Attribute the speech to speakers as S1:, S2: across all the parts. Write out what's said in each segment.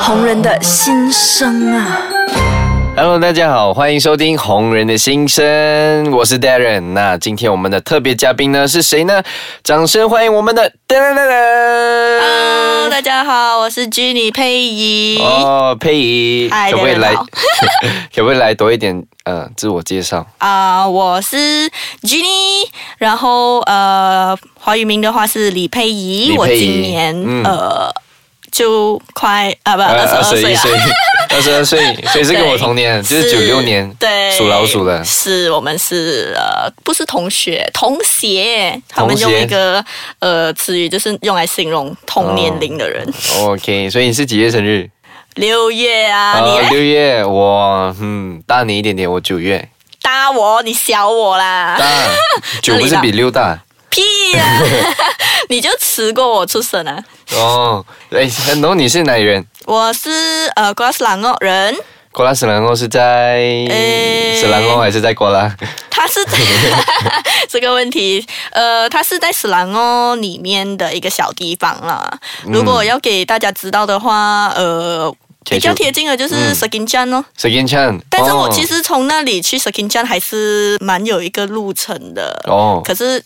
S1: 红人的心声啊。
S2: Hello，大家好，欢迎收听《红人的心声》，我是 Darren。那今天我们的特别嘉宾呢是谁呢？掌声欢迎我们的
S3: Hello，
S2: Darren。
S3: 大家好，我是 Jenny 佩仪。
S2: 哦，佩仪，
S3: 嗨
S2: 可不可以
S3: Darren
S2: 来
S3: 好？
S2: 可不可以来多一点？呃，自我介绍。
S3: 啊、我是 Jenny，然后呃，华语名的话是李佩
S2: 李
S3: 仪，
S2: 佩仪
S3: 我今年、
S2: 嗯
S3: 呃就快啊不
S2: 呃
S3: 二十二岁
S2: 21
S3: 了。
S2: 岁，二十二岁，所以是跟我
S3: 对
S2: 同年，就是九六年，
S3: 对，
S2: 属老鼠的。
S3: 是我们是呃，不是同学，同学，他们
S2: 同
S3: 用
S2: 学
S3: 一个呃词语，就是用来形容同年龄的人。
S2: 哦 OK，所以你是几月生日？
S3: 六月啊，你
S2: 呃
S3: 来
S2: 六月，我嗯大你一点点，我九月
S3: 搭我，你小我啦。
S2: 大，九不是比六大
S3: 屁啊！ 你就迟过我出生啊！
S2: 哦。哎，然后你是哪里人？
S3: 我是呃瓜斯兰哦人，
S2: 果拉斯兰哦欧是在
S3: 诶
S2: 斯兰欧还是在果拉？
S3: 他 是这个问题，呃，他是在斯兰哦里面的一个小地方啦。
S2: 嗯
S3: 如果要给大家知道的话，呃。
S2: 贴
S3: 比
S2: 住
S3: 较贴近的就是
S2: 嗯
S3: Sekinjan 哦，
S2: s k i n Chan，
S3: 但是我其
S2: 哦
S3: 实从那里去 Sekinjan 还是蛮有一个路程的，
S2: 哦，
S3: 可是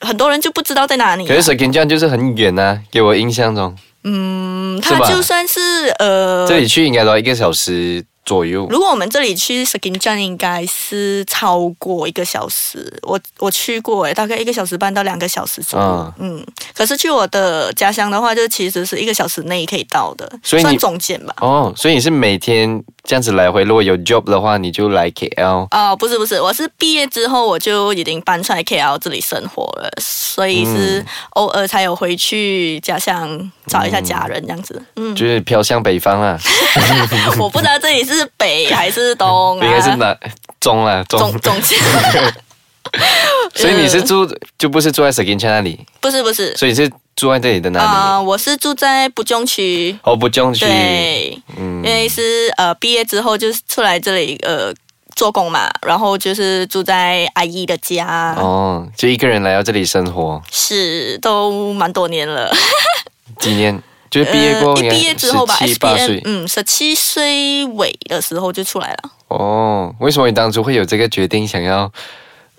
S3: 很多人就不知道在哪里啊、
S2: 可是 s k i n Chan 就是很远啊，给我印象中，
S3: 嗯，
S2: 是
S3: 它
S2: 吧
S3: 就算是呃，
S2: 这里去应该都要一个小时左右。
S3: 如果我们这里去 Skin j a n 应该是超过一个小时，我我去过诶，大概一个小时半到两个小时左右。
S2: 啊
S3: 嗯，可是去我的家乡的话，就其实是一个小时内可以到的，
S2: 所以你
S3: 算中间吧。
S2: 哦，所以你是每天这样子来回，如果有 job 的话，你就来 KL。
S3: 哦，不是不是，我是毕业之后我就已经搬出来 KL 这里生活了，所以
S2: 嗯
S3: 是偶尔才有回去家乡找一下家人这样子。 嗯，
S2: 就是飘向北方啊啦，
S3: 我不知道这里是北还是东啊，
S2: 应该是南中啦中
S3: 中，呃中间，
S2: 所以你是住就不是住在 Skin Chan 那里，
S3: 不是不是，
S2: 所以是住在这里的
S3: 啊、
S2: 哪里？
S3: 我是住在不中区，
S2: 哦，不中区，
S3: 对，
S2: 嗯
S3: 因为是呃毕业之后就是出来这里呃做工嘛，然后就是住在阿姨的家，
S2: 哦，就一个人来到这里生活，
S3: 是都蛮多年了。
S2: 几年？就是 毕业过后，
S3: 呃一
S2: 应该
S3: 毕业之后吧
S2: 十七八岁
S3: ，SPM，。嗯，十七岁尾的时候就出来了。
S2: 哦，为什么你当初会有这个决定，想要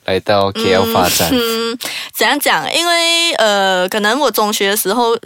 S2: 来到 KL 发展？
S3: 嗯，怎样讲？因为呃，可能我中学的时候。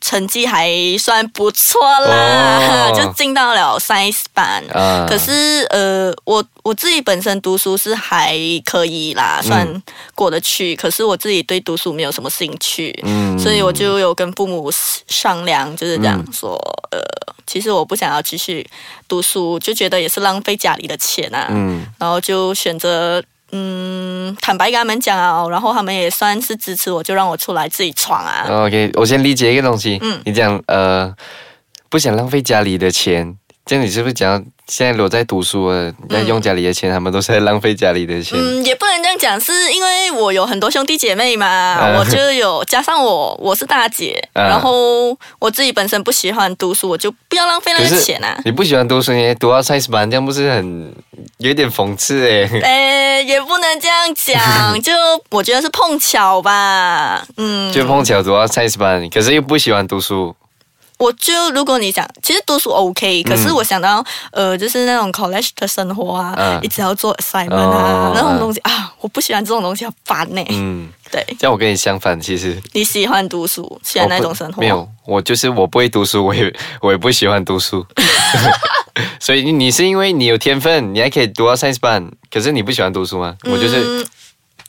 S3: 成绩还算不错啦，
S2: 哦
S3: 就进到了 science 班。
S2: 啊
S3: 可是呃，我我自己本身读书是还可以啦，
S2: 嗯
S3: 算过得去。可是我自己对读书没有什么兴趣，
S2: 嗯
S3: 所以我就有跟父母商量，就是这样说，呃，其实我不想要继续读书，就觉得也是浪费家里的钱啊，
S2: 嗯
S3: 然后就选择。嗯，坦白跟他们讲啊，然后他们也算是支持我，就让我出来自己闯啊。
S2: 哦，OK，我先理解一个东西。
S3: 嗯
S2: 你讲呃，不想浪费家里的钱，这样你是不是讲现在留在读书的，在用家里的钱，他们都是在浪费家里的钱？
S3: 嗯，也不能这样讲，是因为我有很多兄弟姐妹嘛，
S2: 嗯
S3: 我就有加上我我是大姐，
S2: 嗯
S3: 然后我自己本身不喜欢读书，我就不要浪费
S2: 可
S3: 那个
S2: 是
S3: 钱 啊。
S2: 你不喜欢读书，你还读到 science 班，这样不是很有一点讽刺哎、
S3: 呃，也不能这样 讲，就我觉得是碰巧吧。嗯，
S2: 就碰巧读到 science 班，可是又不喜欢读书。
S3: 我就如果你想，其实读书 OK，可是我想到、呃，就是那种 college 的生活啊，
S2: 嗯
S3: 一直要做 assignment 啊，
S2: 哦
S3: 那种东西、啊，我不喜欢这种东西，很烦呢、
S2: 嗯，
S3: 对，
S2: 这样我跟你相反，其实
S3: 你喜欢读书，喜欢那种生
S2: 哦我不
S3: 活？
S2: 没有，我就是我不会读书，我也 我也不喜欢读书。 所以你是因为你有天分，你还可以读到 science 班，可是你不喜欢读书吗？我就是
S3: 嗯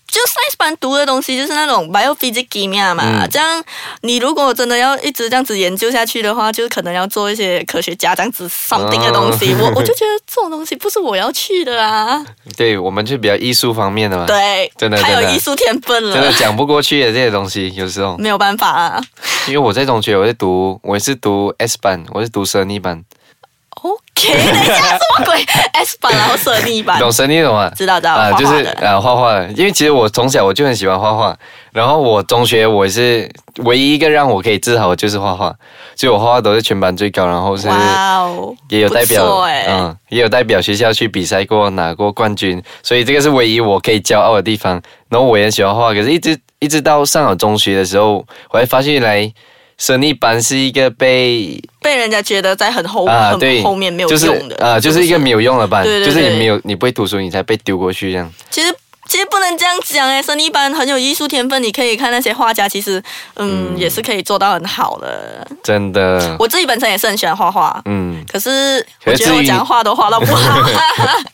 S3: 就 science 班读的东西就是那种 biophysics 里面嘛，
S2: 嗯
S3: 这样你如果真的要一直这样子研究下去的话，就可能要做一些科学家这样子 something 的东
S2: 啊
S3: 西。我我就觉得这种东西不是我要去 的啊，
S2: 对我们就比较艺术方面的嘛，
S3: 对，
S2: 真的
S3: 太
S2: 真
S3: 有
S2: 的
S3: 艺术天分
S2: 真的
S3: 了，
S2: 讲不过去的这些东西，有时候
S3: 没有办法啊。
S2: 因为我在中学我是读我是读 S 班，我是读生意班，
S3: OK，等一下什么鬼 S 啊班然后设立班，
S2: 懂生意懂吗？
S3: 知道知道，
S2: 啊，
S3: 画
S2: 就
S3: 画
S2: 是
S3: 的。
S2: 啊，画画的，因为其实我从小我就很喜欢画画，然后我中学我是唯一一个让我可以自豪的就是画画，所以我画画都是全班最高，然后是
S3: 哇哦，
S2: 也有代
S3: 不
S2: 表，
S3: 错哎
S2: 嗯，也有代表学校去比赛过，拿过冠军，所以这个是唯一我可以骄傲的地方。然后我也很喜欢画画，可是一直一直到上了中学的时候，我才发现原来生力班是一个被
S3: 被人家觉得在很后、
S2: 啊，对，
S3: 哦很后面没有
S2: 就是
S3: 用的
S2: 啊，就是一个没有用的班，
S3: 对对
S2: 就是你
S3: 对
S2: 没有你不会读书，你才被丢过去这样。
S3: 其实其实不能这样讲哎，生力班很有艺术天分，你可以看那些画家，其实嗯也是可以做到很好的。
S2: 真的，
S3: 我自己本身也是很喜欢画画，
S2: 嗯，
S3: 可是
S2: 可
S3: 我
S2: 是
S3: 觉
S2: 至
S3: 得
S2: 于
S3: 我
S2: 你
S3: 讲话都画到 不好。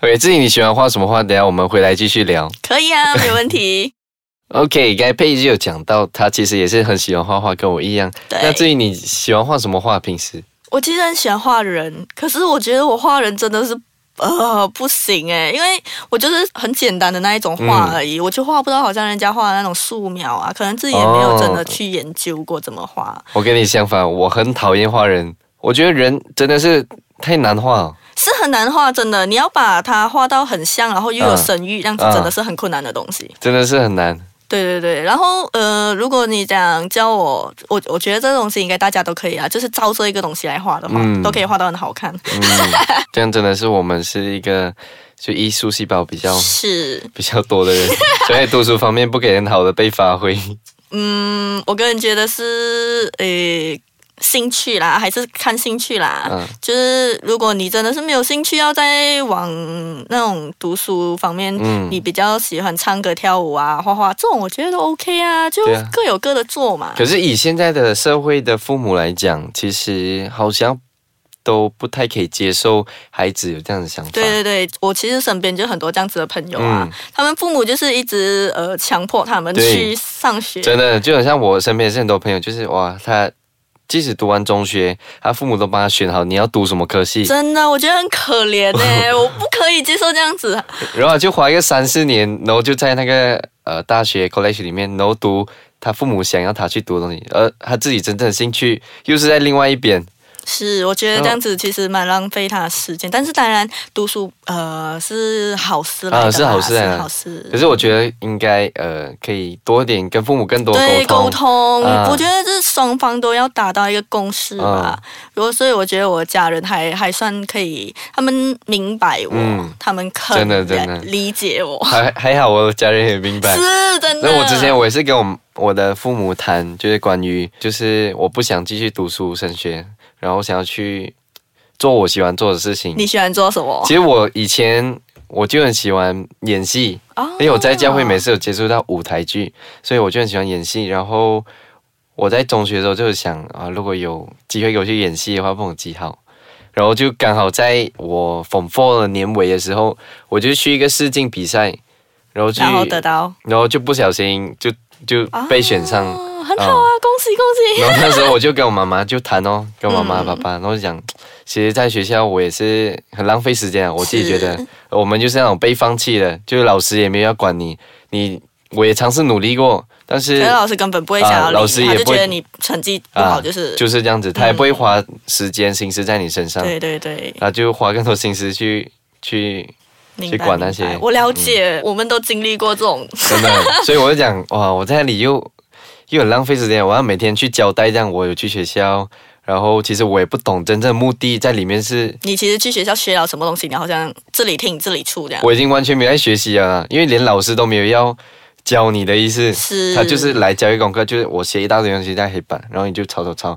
S2: OK，至于你喜欢画什么画，等一下我们回来继续聊。
S3: 可以啊，没 问题。
S2: OK，刚才佩就有讲到，他其实也是很喜欢画画，跟我一样。
S3: 对
S2: 那至于你喜欢画什么画，平时
S3: 我其实很喜欢画人，可是我觉得我画人真的是。呃，不行哎，因为我就是很简单的那一种画而
S2: 嗯
S3: 已，我就画不到好像人家画的那种素描啊，可能自己也没
S2: 哦
S3: 有真的去研究过怎么画。
S2: 我跟你相反，我很讨厌画人，我觉得人真的是太难画了。
S3: 是很难画，真的，你要把它画到很像，然后又有
S2: 嗯
S3: 神韵，这样子
S2: 嗯
S3: 真的是很困难的东西。
S2: 真的是很难。
S3: 对对对，然后呃，如果你讲教我，我我觉得这东西应该大家都可以啊，就是照这一个东西来画的话，
S2: 嗯
S3: 都可以画到很好看。
S2: 嗯，这样真的是我们是一个就艺术细胞比较
S3: 是，
S2: 比较多的人，所以在读书方面不给很好的被发挥。
S3: 嗯，我个人觉得是呃。兴趣啦，还是看兴趣啦。
S2: 嗯
S3: 就是如果你真的是没有兴趣，要再往那种读书方面，
S2: 嗯
S3: 你比较喜欢唱歌、跳舞啊、画画这种，我觉得都 OK 啊，就
S2: 对啊
S3: 各有各的做嘛。
S2: 可是以现在的社会的父母来讲，其实好像都不太可以接受孩子有这样的想法。
S3: 对对对，我其实身边就很多这样子的朋友啊，
S2: 嗯
S3: 他们父母就是一直呃强迫他们
S2: 对
S3: 去上学，
S2: 真的，就很像我身边也是很多朋友，就是哇，他即使读完中学，他父母都帮他选好你要读什么科系，
S3: 真的我觉得很可怜 哎、我不可以接受这样子。啊
S2: 然后就花一个三四年，然后就在那个呃大学 college 里面，然后读他父母想要他去读的东西，而他自己真正的兴趣又是在另外一边。
S3: 是，我觉得这样
S2: 哦
S3: 子其实蛮浪费他的时间，但是当然读书呃是好事来的啦、
S2: 啊是好事来的
S3: 是好事。
S2: 可是我觉得应该呃可以多一点跟父母更多
S3: 对沟通，
S2: 啊
S3: 我觉得是双方都要达到一个共识吧。如果所以我觉得我家人还还算可以，他们明白我，
S2: 嗯
S3: 他们肯
S2: 真的真的
S3: 理解我，
S2: 还还好，我家人也明白。
S3: 是真的。
S2: 那我之前我也是跟我我的父母谈，就是关于就是我不想继续读书升学，然后想要去做我喜欢做的事情。
S3: 你喜欢做什么
S2: 其？实我以前我就很喜欢演戏，
S3: 啊
S2: 因为我在教会每次有接触到舞台剧，所以我就很喜欢演戏。然后我在中学的时候就是想啊，如果有机会给我去演戏的话，不能记好。然后就刚好在我 Form Four 的年尾的时候，我就去一个试镜比赛，然后去，
S3: 然后得到
S2: 然后就不小心就就被选上。嗯
S3: 啊很好啊，恭喜恭喜！
S2: 然后那时候我就跟我妈妈就谈哦，跟我妈妈、
S3: 嗯
S2: 爸爸，然后讲，其实，在学校我也是很浪费时间啊。我自己觉得，我们就是那种被放弃的，就是老师也没有要管你，你我也尝试努力过，但
S3: 可
S2: 是
S3: 是老师根本不会想要理你，
S2: 啊老师也
S3: 他就
S2: 不
S3: 觉
S2: 会啊
S3: 得你成绩不好就是、
S2: 就是这样子，他也不会花时间心思在你身上，
S3: 对对对，
S2: 他就花更多心思去去
S3: 明
S2: 去
S3: 白
S2: 管那
S3: 明白
S2: 些嗯
S3: 我了解，我们都经历过这种
S2: 真的，所以我就讲哇，我在那里又又很浪费时间，我要每天去交代，这样我有去学校。然后其实我也不懂真正目的在里面是
S3: 你其实去学校学了什么东西，你好像这里听这里出这样。
S2: 我已经完全没有在学习了，因为连老师都没有要教你的意思，
S3: 是
S2: 他就是来交一个功课，就是我写一大堆东西在黑板，然后你就抄抄抄，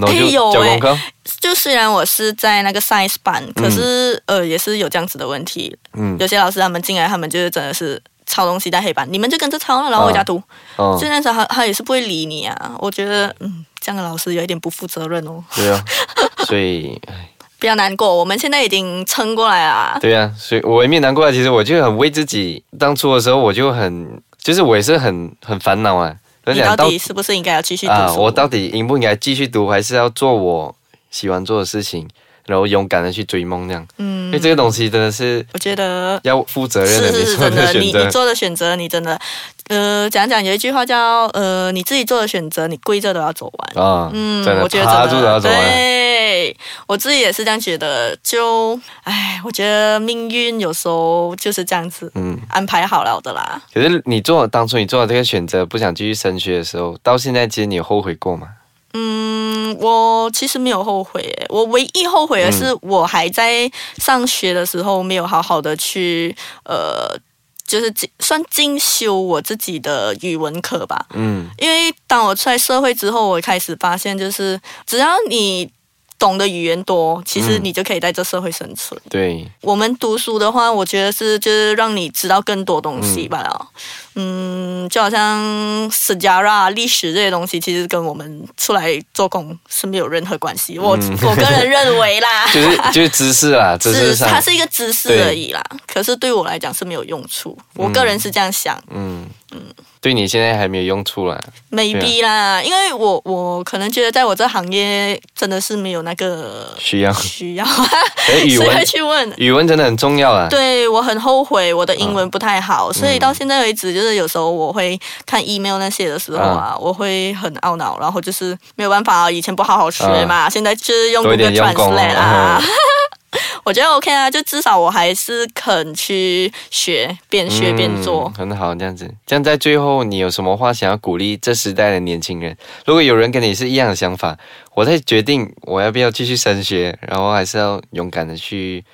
S2: 然后
S3: 哎
S2: 就
S3: 有
S2: 交
S3: 哎
S2: 功课。
S3: 就虽然我是在那个 science 班，可是、呃也是有这样子的问题。
S2: 嗯，
S3: 有些老师他们进来，他们就是真的是抄东西在黑板，你们就跟着抄了，啊然后回家读。
S2: 哦
S3: 就，那时候他他也是不会理你啊。我觉得嗯，这样的老师有一点不负责任哦，
S2: 对啊，所以
S3: 比较难过。我们现在已经撑过来了。
S2: 对啊，所以我也没有难过啊。其实我就很为自己当初的时候，我就很，就是我也是很很烦恼啊。就
S3: 你
S2: 讲
S3: 到底是不是应该要继续读书？
S2: 啊，我到底应不应该继续读，还是要做我喜欢做的事情，然后勇敢的去追梦这样？因
S3: 嗯
S2: 为，这个东西真的是
S3: 我觉得
S2: 要负责任的，
S3: 是是
S2: 你
S3: 是
S2: 做
S3: 真
S2: 的
S3: 的，
S2: 选
S3: 你
S2: 择
S3: 你。做的选择，你真的，呃，讲讲有一句话叫呃，你自己做的选择，你跪着都要走完。
S2: 啊，
S3: 嗯
S2: 真，的，
S3: 我觉
S2: 趴
S3: 得
S2: 住
S3: 真
S2: 都要
S3: 的，
S2: 走完。
S3: 对我自己也是这样觉得。就，唉，我觉得命运有时候就是这样子，
S2: 嗯，
S3: 安排好了的啦。
S2: 可是你做当初你做了这个选择，不想继续升学的时候，到现在其实你有后悔过吗？
S3: 嗯，我其实没有后悔耶，我唯一后悔的是我还在上学的时候没有好好的去呃。就是进算进修我自己的语文课吧。
S2: 嗯
S3: 因为当我出来社会之后，我开始发现，就是只要你懂的语言多，其实
S2: 嗯
S3: 你就可以在这社会生存。
S2: 对，
S3: 我们读书的话，我觉得是就是让你知道更多东西吧了。嗯就好像史加拉历史这些东西，其实跟我们出来做工是没有任何关系。我、
S2: 嗯
S3: 我个人认为啦，
S2: 就是就是知识啦，知识
S3: 是
S2: 上，
S3: 它是一个知识
S2: 对
S3: 而已啦。可是对我来讲是没有用处，我个人是这样想。
S2: 嗯对你现在还没有用处啦，
S3: maybe
S2: 啊
S3: 啦，因为我我可能觉得在我这行业真的是没有那个
S2: 需 要。
S3: 需要，
S2: 哎，语
S3: 所以
S2: 文
S3: 会去问。
S2: 语文真的很重要啊。
S3: 对我很后悔，我的英文不太好，
S2: 嗯
S3: 所以到现在为止，就是有时候我会看 email 那些的时候啊，
S2: 嗯
S3: 我会很懊恼，然后就是没有办法，以前不好好学嘛，现在就是用
S2: 嗯多一
S3: Google
S2: 点用功
S3: Translate 啊
S2: 嗯。
S3: 我觉得 OK 啊，就至少我还是肯去学，边学边做。
S2: 嗯很好，这样子。这样在最后，你有什么话想要鼓励这时代的年轻人？如果有人跟你是一样的想法，我在决定我要不要继续升学，然后还是要勇敢的去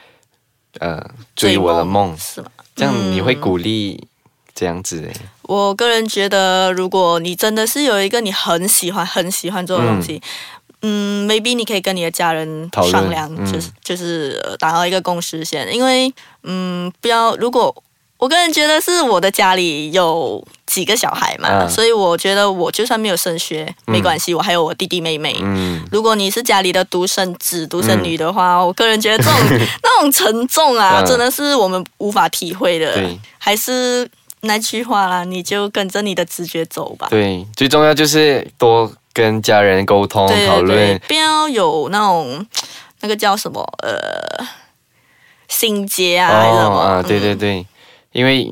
S2: 呃追我的梦。
S3: 是吗？
S2: 这样你会
S3: 嗯
S2: 鼓励这样子的，
S3: 我个人觉得，如果你真的是有一个你很喜欢、很喜欢做的东西，嗯 m a y b e 你可以跟你的家人
S2: 讨论
S3: 商量，
S2: 嗯
S3: 就是就是呃达到一个共识先，因为嗯，不要如果。我个人觉得是我的家里有几个小孩嘛，
S2: 啊
S3: 所以我觉得我就算没有升学没关系，我还有我弟弟妹妹。
S2: 嗯，
S3: 如果你是家里的独生子、独生女的话，我个人觉得 这种那种沉重啊，
S2: 嗯
S3: 真的是我们无法体会的
S2: 对。
S3: 还是那句话啦，你就跟着你的直觉走吧。
S2: 对，最重要就是多跟家人沟通
S3: 对
S2: 讨
S3: 对对
S2: 论，，
S3: 不要有那种那个叫什么呃心结啊，还是什么？
S2: 啊，对对对，因为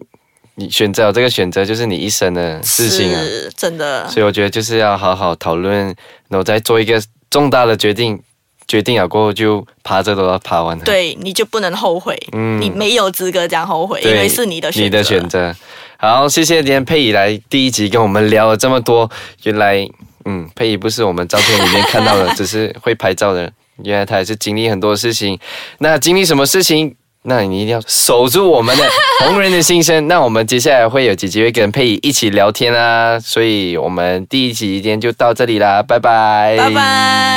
S2: 你选择有这个选择就是你一生的事情啊，
S3: 是真的。
S2: 所以我觉得就是要好好讨论，然后再做一个重大的决定，决定了过后就爬着都要爬完了。，
S3: 对，你就不能后悔，
S2: 嗯
S3: 你没有资格讲后悔，因
S2: 对
S3: 为是你的选择。
S2: 你的选择。好，谢谢今天佩仪来第一集跟我们聊了这么多，原来嗯，佩仪不是我们照片里面看到的，只是会拍照的人，原来她也是经历很多事情。那经历什么事情？那你一定要守住我们的红人的心声。那我们接下来会有几集会跟佩仪一啊起聊天啦，所以我们第一集今天就到这里啦，拜拜，
S3: 拜拜。